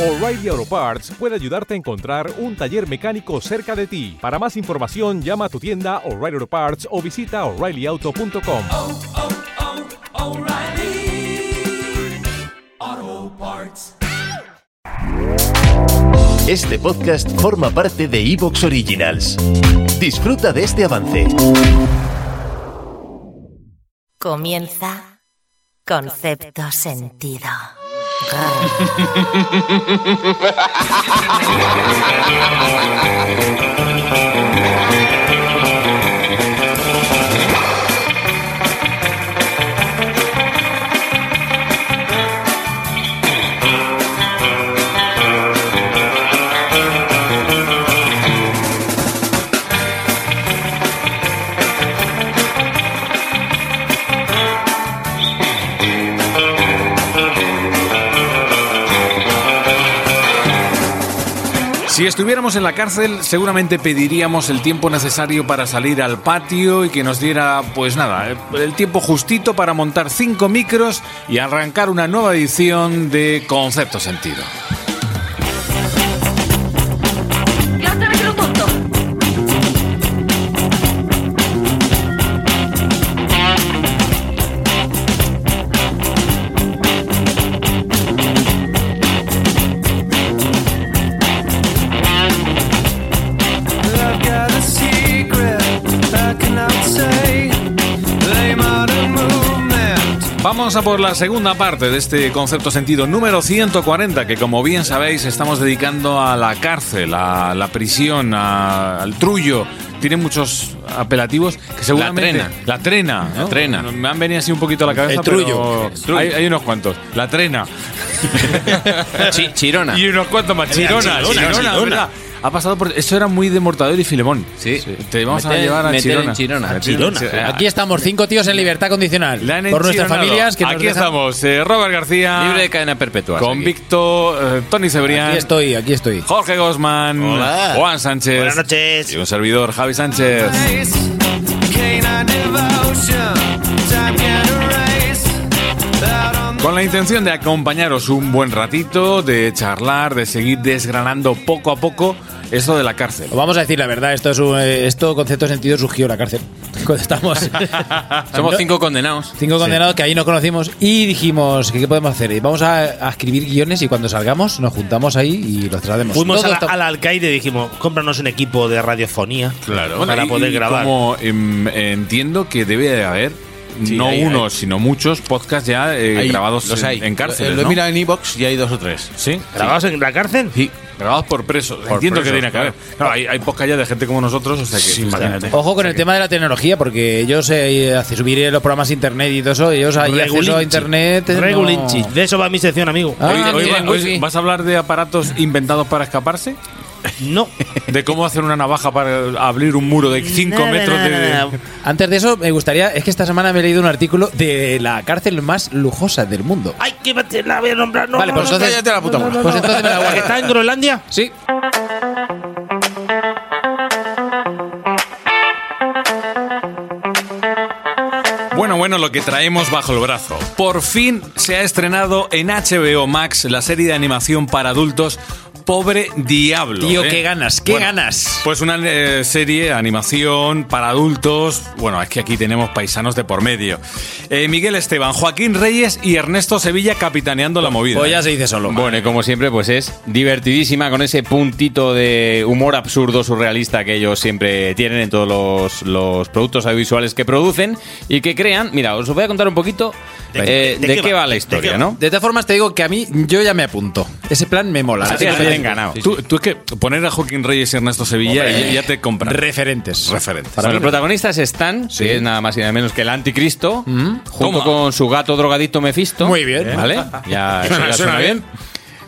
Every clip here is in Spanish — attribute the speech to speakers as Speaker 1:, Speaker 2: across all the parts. Speaker 1: O'Reilly Auto Parts puede ayudarte a encontrar un taller mecánico cerca de ti. Para más información, llama a tu tienda O'Reilly Auto Parts o visita oreillyauto.com.
Speaker 2: oh, oh, O'Reilly Auto Parts.
Speaker 3: Este podcast forma parte de Evox Originals. Disfruta de este avance.
Speaker 4: Comienza concepto sentido.
Speaker 5: Si estuviéramos en la cárcel, seguramente pediríamos el tiempo necesario para salir al patio y que nos diera, pues nada, el tiempo justito para montar cinco micros y arrancar una nueva edición de Concepto Sentido.
Speaker 2: I've got a secret I cannot say. Lay modern movement.
Speaker 5: Vamos a por la segunda parte de este concepto sentido número 140, que como bien sabéis estamos dedicando a la cárcel, a la prisión, a- al trullo. Tiene muchos apelativos que seguramente...
Speaker 6: trena.
Speaker 5: La trena. ¿no?
Speaker 6: La trena.
Speaker 5: Me han venido así un poquito a la cabeza,
Speaker 6: El trullo.
Speaker 5: pero
Speaker 6: El trullo.
Speaker 5: Hay, hay unos cuantos. La trena.
Speaker 6: Chi- Chirona.
Speaker 5: Y unos cuantos más. Chirona.
Speaker 6: Chirona,
Speaker 5: Chirona,
Speaker 6: Chirona.
Speaker 5: ¿verdad? Ha pasado por... Eso era muy de Mortadelo y Filemón.
Speaker 6: Sí.
Speaker 5: Te vamos a
Speaker 6: Meter-
Speaker 5: llevar a
Speaker 6: meter
Speaker 5: Chirona.
Speaker 6: en Chirona.
Speaker 5: Meter en
Speaker 6: Chirona.
Speaker 5: Chirona.
Speaker 7: Aquí estamos, cinco tíos en libertad condicional.
Speaker 5: La han
Speaker 7: Por nuestras
Speaker 5: enchironado.
Speaker 7: familias que nos
Speaker 5: Aquí
Speaker 7: dejan-
Speaker 5: estamos. eh, Robert García.
Speaker 6: Libre de cadena perpetua.
Speaker 5: Convicto, eh, Tony Cebrián,
Speaker 7: Aquí estoy, aquí estoy.
Speaker 5: Jorge Gosman,
Speaker 6: Hola.
Speaker 5: Juan Sánchez. Buenas noches. Y un servidor, Javi Sánchez.
Speaker 2: Place. Canine devotion. Time can erase. Out on the
Speaker 5: Con la intención de acompañaros un buen ratito, de charlar, de seguir desgranando poco a poco eso de la cárcel.
Speaker 7: Os Vamos a decir la verdad, esto es un- eh, esto concepto sentido surgió en la cárcel. Cuando estamos
Speaker 6: Somos
Speaker 7: No-
Speaker 6: cinco condenados.
Speaker 7: cinco condenados que ahí nos conocimos y dijimos que qué podemos hacer. Y Vamos a, a escribir guiones y cuando salgamos nos juntamos ahí y los trataremos.
Speaker 8: Fuimos a la-
Speaker 7: Todo
Speaker 8: al alcaide y dijimos, cómpranos un equipo de radiofonía para
Speaker 5: y-
Speaker 8: poder
Speaker 5: y
Speaker 8: grabar.
Speaker 5: Como em, entiendo que debe de haber. no
Speaker 6: hay-
Speaker 5: uno, sino muchos podcasts ya eh,
Speaker 6: Hay-
Speaker 5: grabados
Speaker 6: los
Speaker 5: en,
Speaker 6: hay. Eh,
Speaker 5: en cárceles,
Speaker 6: Lo- lo he
Speaker 5: ¿no?
Speaker 6: mirado en iBox y hay dos o tres.
Speaker 5: Sí.
Speaker 8: ¿Grabados en la cárcel?
Speaker 5: Sí, grabados por presos. Entiendo
Speaker 6: presos,
Speaker 5: que tiene que haber. Claro, hay, hay podcast ya de gente como nosotros, o sea que imagínate.
Speaker 7: Ojo con el tema de la tecnología, porque ellos eh, hace subir los programas a internet y todo eso, ellos ahí acceso a
Speaker 8: Regulinchi.
Speaker 7: internet. eh, no-
Speaker 8: Regulinchi. De eso va mi sección, amigo.
Speaker 7: Ah,
Speaker 5: Hoy- hoy
Speaker 6: tienen
Speaker 5: va- hoy
Speaker 6: wifi.
Speaker 5: ¿Vas a hablar de aparatos inventados para escaparse?
Speaker 8: No.
Speaker 5: ¿De cómo hacer una navaja para abrir un muro de 5
Speaker 8: Nada,
Speaker 5: metros
Speaker 8: nada,
Speaker 5: de.?
Speaker 8: nada.
Speaker 7: Antes de eso, me gustaría. Es que esta semana me he leído un artículo de la cárcel más lujosa del mundo.
Speaker 8: Ay, que me la voy a nombrar. No,
Speaker 7: Vale,
Speaker 8: no,
Speaker 7: pues
Speaker 8: no,
Speaker 7: entonces-
Speaker 6: cállate la puta boca.
Speaker 7: Pues entonces me la
Speaker 8: no. ¿La que
Speaker 7: guardo.
Speaker 8: está en Groenlandia?
Speaker 7: Sí.
Speaker 5: Bueno, bueno, lo que traemos bajo el brazo. Por fin se ha estrenado en HBO Max la serie de animación para adultos Pobre Diablo.
Speaker 7: Tío,
Speaker 5: ¿eh?
Speaker 7: qué ganas, qué
Speaker 5: Bueno,
Speaker 7: ganas.
Speaker 5: Pues una eh, serie, animación para adultos. Bueno, es que aquí tenemos paisanos de por medio. Eh, Miguel Esteban, Joaquín Reyes y Ernesto Sevilla capitaneando la movida. ¿eh?
Speaker 7: Pues ya se dice solo.
Speaker 6: Bueno, y como siempre, pues es divertidísima con ese puntito de humor absurdo, surrealista que ellos siempre tienen en todos los, los productos audiovisuales que producen y que crean. Mira, os voy a contar un poquito
Speaker 8: ¿De-
Speaker 6: eh,
Speaker 8: de
Speaker 6: de,
Speaker 8: qué
Speaker 6: qué
Speaker 8: va?
Speaker 6: va la
Speaker 8: ¿De
Speaker 6: historia,
Speaker 8: qué va?
Speaker 6: ¿no?
Speaker 7: De todas formas, te digo que a mí yo ya me apunto. Ese plan me mola.
Speaker 6: A ti
Speaker 7: Así
Speaker 6: ya
Speaker 7: que
Speaker 6: te
Speaker 7: ya-
Speaker 6: han ganado.
Speaker 5: Tú, tú es que poner a Joaquín Reyes y Ernesto Sevilla y ya te compras.
Speaker 7: Referentes.
Speaker 5: Referentes.
Speaker 6: Bueno, los protagonistas están, que es nada más y nada menos que el anticristo, junto
Speaker 5: Toma.
Speaker 6: con su gato drogadicto Mefisto.
Speaker 7: Muy bien.
Speaker 6: ¿Vale? Ya
Speaker 5: Suena-
Speaker 6: eso ya suena,
Speaker 5: suena
Speaker 6: bien.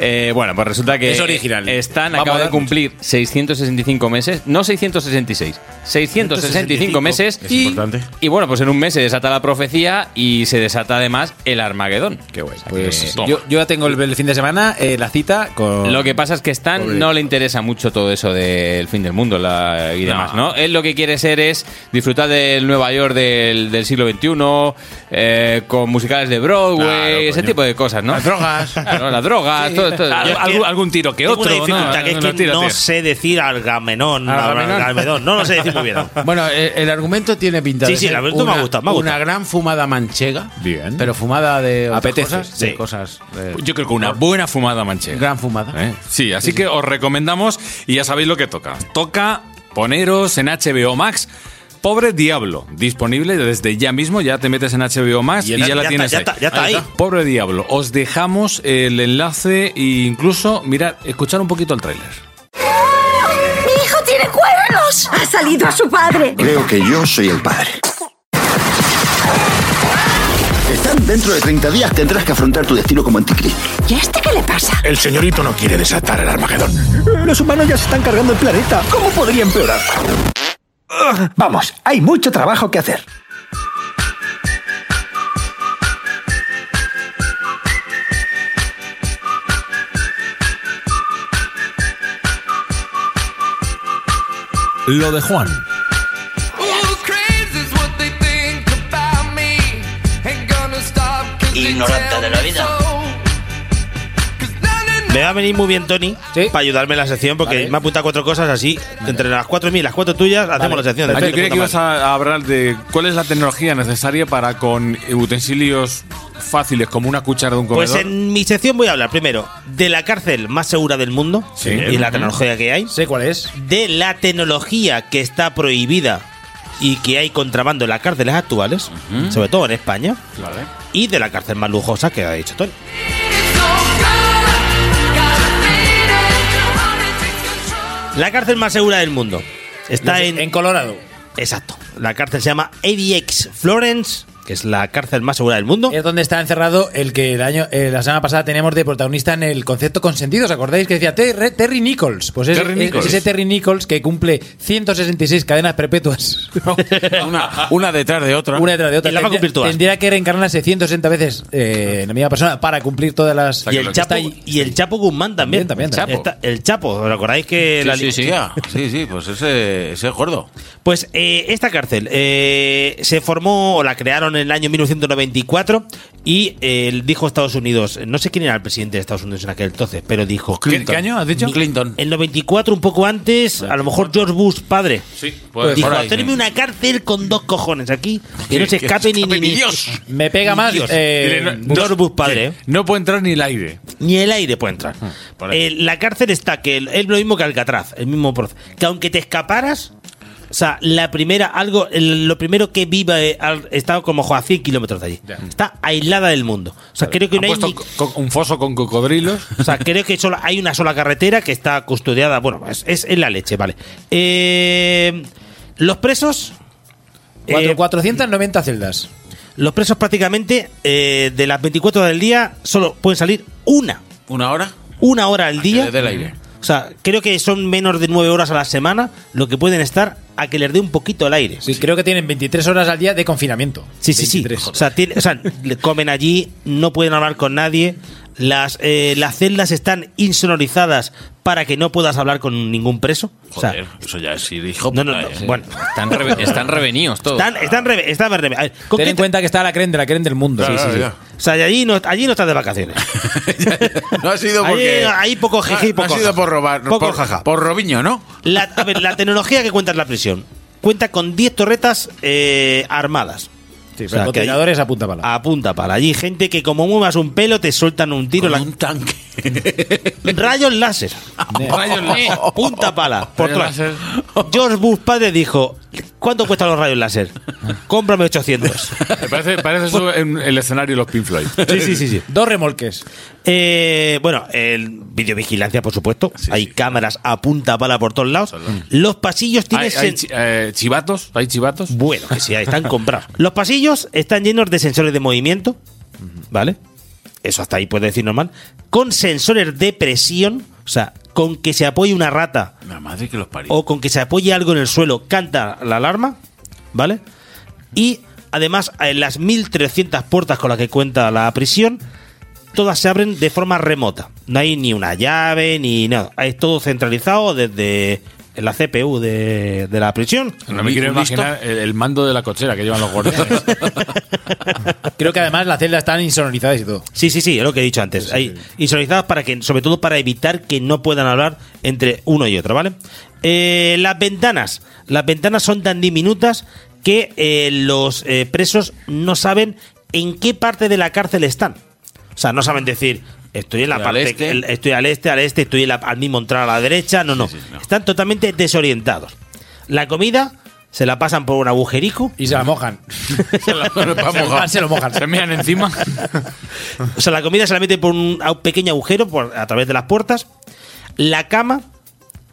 Speaker 6: Eh, bueno, pues resulta que
Speaker 7: Es original.
Speaker 6: están
Speaker 7: Vamos
Speaker 6: acaba
Speaker 7: a
Speaker 6: de
Speaker 7: dar
Speaker 6: cumplir 665 meses, no 666, 665 meses
Speaker 8: Es
Speaker 6: y,
Speaker 8: importante.
Speaker 6: y bueno, pues en un mes se desata la profecía y se desata además el Armagedón. Qué bueno.
Speaker 7: Pues yo, yo ya tengo el, el fin de semana eh, la cita con.
Speaker 6: Lo que pasa es que Stan
Speaker 7: Pobre.
Speaker 6: no le interesa mucho todo eso del fin del mundo la- y
Speaker 5: No.
Speaker 6: demás, ¿no? Él lo que quiere ser es disfrutar del Nueva York del, del siglo XXI, eh, con musicales de Broadway,
Speaker 5: Claro,
Speaker 6: ese
Speaker 5: coño. Ah,
Speaker 6: tipo de cosas, ¿no? Las drogas. las drogas, todo esto, esto-
Speaker 5: Al-
Speaker 8: Yo es que
Speaker 5: algún- algún tiro que
Speaker 8: Tengo
Speaker 5: otro,
Speaker 8: una
Speaker 5: ¿no?
Speaker 8: dificultad que es
Speaker 5: Bueno,
Speaker 8: que
Speaker 5: tira,
Speaker 8: no
Speaker 5: tira.
Speaker 8: sé decir Algamenón,
Speaker 5: Agamenón.
Speaker 8: Algamedón, no lo sé decir muy bien.
Speaker 7: Bueno, eh, el argumento tiene pinta
Speaker 8: Sí,
Speaker 7: de
Speaker 8: sí, el
Speaker 7: ser
Speaker 8: argumento me
Speaker 7: una-
Speaker 8: ha gustado, me ha gustado.
Speaker 7: una gran fumada manchega.
Speaker 6: Bien.
Speaker 7: Pero fumada de otras
Speaker 6: Apetece,
Speaker 7: cosas, de
Speaker 8: sí.
Speaker 7: cosas. de-
Speaker 6: Yo creo que una buena fumada manchega.
Speaker 7: gran fumada.
Speaker 6: ¿Eh?
Speaker 5: Sí, así que os recomendamos y ya sabéis lo que toca. Toca poneros en HBO Max. Pobre Diablo, disponible desde ya mismo, ya te metes en HBO Max y,
Speaker 8: Y en-
Speaker 5: ya la
Speaker 8: ya
Speaker 5: tienes
Speaker 8: está,
Speaker 5: ahí.
Speaker 8: ya está, ya está ahí.
Speaker 5: Pobre Diablo, os dejamos el enlace e incluso, mirad, escuchar un poquito el tráiler.
Speaker 9: ¡Mi hijo tiene cuernos! Ha salido a su padre.
Speaker 10: Creo que yo soy el padre. Están dentro de 30 días tendrás que afrontar tu destino como anticristo.
Speaker 9: ¿Y a este qué le pasa?
Speaker 10: El señorito no quiere desatar el Armagedón. Eh, Los humanos ya se están cargando el planeta. ¿Cómo podría empeorar? Ah, Vamos, hay mucho trabajo que hacer.
Speaker 5: Lo de Juan.
Speaker 2: Ignorante de la vida.
Speaker 8: Me va a venir muy bien Tony
Speaker 7: Sí.
Speaker 8: para ayudarme en la sección porque
Speaker 7: Vale.
Speaker 8: me apunta cuatro cosas así. Entre las cuatro mías y las cuatro tuyas hacemos la sección.
Speaker 5: Ah, yo
Speaker 8: Estoy de
Speaker 5: creía que
Speaker 8: puta
Speaker 5: ibas a a hablar de cuál es la tecnología necesaria para con utensilios fáciles como una cuchara de un comedor.
Speaker 8: Pues en mi sección voy a hablar primero de la cárcel más segura del mundo
Speaker 5: Sí.
Speaker 8: y la tecnología que hay,
Speaker 7: Sé cuál es.
Speaker 8: de la tecnología que está prohibida y que hay contrabando en las cárceles actuales, sobre todo en España,
Speaker 5: Vale.
Speaker 8: y de la cárcel más lujosa que ha dicho Tony. La cárcel más segura del mundo está en,
Speaker 7: Colorado.
Speaker 8: exacto. La cárcel se llama ADX Florence, que es la cárcel más segura del mundo.
Speaker 7: Es donde está encerrado el que el año, eh, la semana pasada teníamos de protagonista en el concepto consentido. ¿Os acordáis que decía Terry, Terry Nichols? Pues es,
Speaker 5: Terry
Speaker 7: es-
Speaker 5: Nichols.
Speaker 7: es ese Terry Nichols que cumple 166 cadenas perpetuas.
Speaker 6: Una, una detrás de otra.
Speaker 7: Una detrás de otra.
Speaker 8: Y la va a
Speaker 7: Tendría-
Speaker 8: cumplir todas.
Speaker 7: Tendría que reencarnarse 160 veces eh, en la misma persona para cumplir todas las.
Speaker 8: Y el, Chapo,
Speaker 7: Está ahí.
Speaker 8: y el Chapo Guzmán también.
Speaker 7: También, también.
Speaker 8: Está- el Chapo, ¿os acordáis que la li-
Speaker 6: sí, sí, pues ese, ese gordo.
Speaker 8: Pues eh, esta cárcel eh, se formó o la crearon en el año 1994 y eh, dijo Estados Unidos, no sé quién era el presidente de Estados Unidos en aquel entonces, pero dijo...
Speaker 5: ¿Qué, qué año has dicho?
Speaker 6: Clinton.
Speaker 8: El 94, un poco antes, a lo mejor George Bush padre.
Speaker 5: Sí, pues,
Speaker 8: dijo,
Speaker 5: por ahí,
Speaker 8: hacerme
Speaker 5: sí.
Speaker 8: una cárcel con dos cojones aquí, que no se escape ni, ni, ni-
Speaker 7: Me pega más.
Speaker 8: Dios.
Speaker 7: eh,
Speaker 5: Dile, no-
Speaker 8: George Bush padre. ¿eh?
Speaker 5: No puede entrar ni el aire.
Speaker 8: ni el aire puede entrar.
Speaker 6: por ahí.
Speaker 8: Eh, la cárcel está que el- es lo mismo que Alcatraz, el mismo proce- que aunque te escaparas, o sea, la primera algo el- lo primero que viva eh, al- está como jo, a 100 kilómetros de allí. Está aislada del mundo. O sea, creo que
Speaker 5: Han
Speaker 8: no hay
Speaker 5: puesto
Speaker 8: ni-
Speaker 5: co- un foso con cocodrilos.
Speaker 8: o sea, creo que solo hay una sola carretera que está custodiada. Bueno, es, es en la leche, vale. Eh, los presos
Speaker 7: cuatro-
Speaker 8: eh,
Speaker 7: 490 celdas.
Speaker 8: los presos prácticamente eh, de las 24 horas del día solo pueden salir una
Speaker 6: ¿Una hora?
Speaker 8: una hora al día.
Speaker 6: Ah, le dé el aire.
Speaker 8: O sea, creo que son menos de nueve horas a la semana lo que pueden estar a que les dé un poquito el aire.
Speaker 7: Sí, creo que tienen 23 horas al día de confinamiento.
Speaker 8: Sí, sí, sí.
Speaker 7: 23.
Speaker 8: O sea, tiene- o sea, le comen allí, no pueden hablar con nadie. Las, eh, las celdas están insonorizadas para que no puedas hablar con ningún preso. O sea,
Speaker 6: eso ya es hijo.
Speaker 8: no, no, no. Bueno,
Speaker 6: Están, reve- están revenidos todos.
Speaker 8: están, están reve- están reve- a ver, ¿con
Speaker 7: Ten
Speaker 8: qué
Speaker 7: en
Speaker 8: te-
Speaker 7: cuenta que está la creen de la creen del mundo. sí, sí, sí.
Speaker 8: O sea, y allí no, allí no estás de vacaciones.
Speaker 6: No ha sido
Speaker 8: Ahí- ahí poco
Speaker 5: Ah,
Speaker 8: jiji, poco jaja. Poco jaja.
Speaker 6: Robiño, ¿no?
Speaker 8: La, a ver, la tecnología que cuenta en la prisión cuenta con 10 torretas eh, armadas.
Speaker 7: Sí,
Speaker 8: O sea, que hay-
Speaker 7: francotiradores a punta pala.
Speaker 5: Ah,
Speaker 8: Apunta para allí, gente que como muevas un pelo te sueltan un tiro. la-
Speaker 6: tanque.
Speaker 8: Rayos láser.
Speaker 5: Rayos láser.
Speaker 8: Punta pala. Por
Speaker 5: Rayos
Speaker 8: todas. George Bush padre dijo: ¿Cuánto cuestan los rayos láser? Cómprame 800.
Speaker 5: Me Parece, parece eso en el escenario de los Pink Floyd.
Speaker 8: Sí, sí, sí. sí.
Speaker 7: Dos remolques.
Speaker 8: Eh, bueno, el videovigilancia, por supuesto. Hay cámaras a punta pala por todos lados. Los pasillos
Speaker 5: ¿Hay,
Speaker 8: tienen.
Speaker 5: hay
Speaker 8: sen-
Speaker 5: chi- eh, chivatos? ¿Hay chivatos?
Speaker 8: Bueno, que sí, ahí están comprados. Los pasillos están llenos de sensores de movimiento, ¿vale? Eso hasta ahí puede decir normal. Con sensores de presión, o sea, con que se apoye una rata
Speaker 6: La madre que los parió.
Speaker 8: o con que se apoye algo en el suelo, canta la alarma, ¿vale? Y además, en las 1300 puertas con las que cuenta la prisión, todas se abren de forma remota. No hay ni una llave, ni nada. Es todo centralizado desde en la CPU de, de la prisión.
Speaker 5: No me quiero
Speaker 8: Un listo.
Speaker 5: imaginar el, el mando de la cochera que llevan los gordones.
Speaker 7: Creo que además las celdas están insonorizadas y todo.
Speaker 8: Sí, sí, sí, es lo que he dicho antes. Hay insonorizadas para que, sobre todo para evitar que no puedan hablar entre uno y otro, ¿vale? Eh, las ventanas. Las ventanas son tan diminutas que eh, los eh, presos no saben en qué parte de la cárcel están. O sea, no saben decir, estoy en la
Speaker 11: Estoy al
Speaker 8: parte,
Speaker 11: este.
Speaker 8: el- estoy al este, al este, estoy en la- al mismo entrar a la derecha. No, no. Están totalmente desorientados. La comida se la pasan por un agujerico.
Speaker 7: Y se la mojan.
Speaker 5: se, la,
Speaker 7: Se lo mojan, se lo
Speaker 8: Oh.
Speaker 7: mojan.
Speaker 5: Se mean encima.
Speaker 8: O sea, la comida se la mete por un au- pequeño agujero por, a través de las puertas. La cama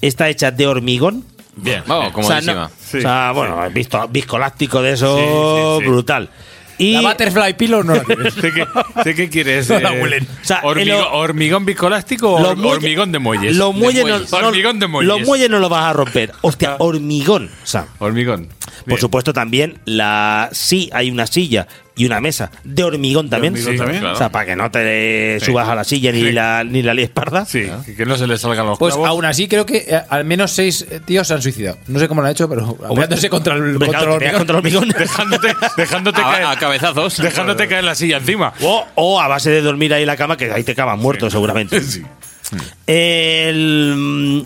Speaker 8: está hecha de hormigón.
Speaker 6: Bien. Vamos,
Speaker 8: o sea,
Speaker 6: comodísima.
Speaker 8: no- o sea, bueno, he visto viscoláctico de eso brutal. Y
Speaker 7: La Butterfly Pillow no la tienes.
Speaker 5: sé, que, sé que quieres.
Speaker 7: No la
Speaker 5: eh,
Speaker 7: huelen.
Speaker 8: O sea,
Speaker 5: hormigo-
Speaker 8: en lo-
Speaker 5: ¿Hormigón viscolástico o
Speaker 8: Los muelles-
Speaker 5: hormigón de muelles?
Speaker 8: los muelles,
Speaker 5: De
Speaker 8: no, no-
Speaker 5: hormigón de muelles.
Speaker 8: los muelles no los vas a romper.
Speaker 5: Ah.
Speaker 8: Hostia, hormigón. O sea,
Speaker 5: Hormigón.
Speaker 8: por supuesto también la sí hay una silla y una mesa de hormigón también.
Speaker 5: hormigón
Speaker 8: Sí,
Speaker 5: también.
Speaker 8: O sea, para que no te subas a la silla ni
Speaker 5: Sí.
Speaker 8: la ni la líes parda.
Speaker 5: Sí, que no se le salgan los
Speaker 7: Pues
Speaker 5: clavos.
Speaker 7: aún así creo que eh, al menos seis eh, tíos se han suicidado. No sé cómo lo han hecho, pero apoyándose contra el
Speaker 8: Hombre,
Speaker 7: contra
Speaker 8: claro,
Speaker 7: el
Speaker 8: te pegas
Speaker 7: hormigón.
Speaker 8: contra el hormigón.
Speaker 5: dejándote, dejándote
Speaker 6: A-
Speaker 5: caer.
Speaker 6: a cabezazos.
Speaker 5: Dejándote caer la silla encima.
Speaker 8: O, o a base de dormir ahí en la cama, que ahí te acabas muerto seguramente.
Speaker 5: Sí.
Speaker 8: El, mm,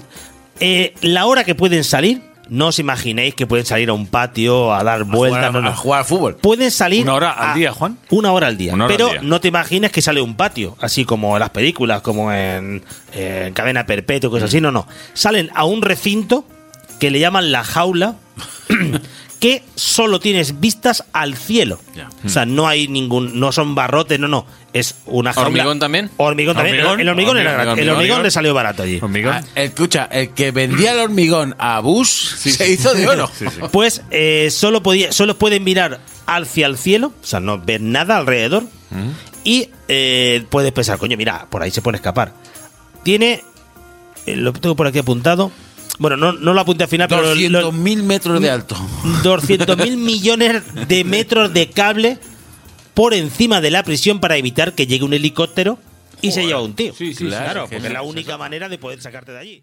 Speaker 8: eh, la hora que pueden salir, no os imaginéis que pueden salir a un patio a dar vueltas.
Speaker 11: Jugar-
Speaker 8: no, no.
Speaker 11: a jugar al fútbol.
Speaker 8: Pueden salir.
Speaker 5: Una hora al
Speaker 8: a-
Speaker 5: día, Juan.
Speaker 8: Una hora al día.
Speaker 5: Una hora
Speaker 8: Pero
Speaker 5: al día.
Speaker 8: no te imaginas que sale a un patio, así como en las películas, como en, en Cadena Perpetua, cosas
Speaker 5: Mm.
Speaker 8: así. No, no. Salen a un recinto que le llaman la jaula, que solo tienes vistas al cielo. O sea, no hay ningún. No son barrotes, no, no. Es una jaula.
Speaker 6: ¿Hormigón también?
Speaker 8: Hormigón también.
Speaker 5: ¿Hormigón?
Speaker 8: El hormigón, era
Speaker 5: Hormigón,
Speaker 8: gratis. El
Speaker 5: hormigón,
Speaker 8: hormigón le
Speaker 5: hormigón.
Speaker 8: salió barato allí.
Speaker 5: Hormigón.
Speaker 11: Ah, escucha, el que vendía el hormigón a Bush se hizo de oro.
Speaker 8: Pues eh, solo, podía, solo pueden mirar hacia el cielo, o sea, no ver nada alrededor.
Speaker 5: Mm.
Speaker 8: Y eh, puedes pensar, coño, mira, por ahí se puede escapar. Tiene. eh, lo tengo por aquí apuntado. Bueno, no, no lo apunté al final, pero. lo-
Speaker 11: 200.000 metros de alto.
Speaker 8: 200 mil millones de metros de cable por encima de la prisión para evitar que llegue un helicóptero y se lleva un tío.
Speaker 5: Sí, sí,
Speaker 11: Claro,
Speaker 8: claro,
Speaker 11: que
Speaker 8: porque es
Speaker 11: no,
Speaker 8: la única manera de poder sacarte de allí.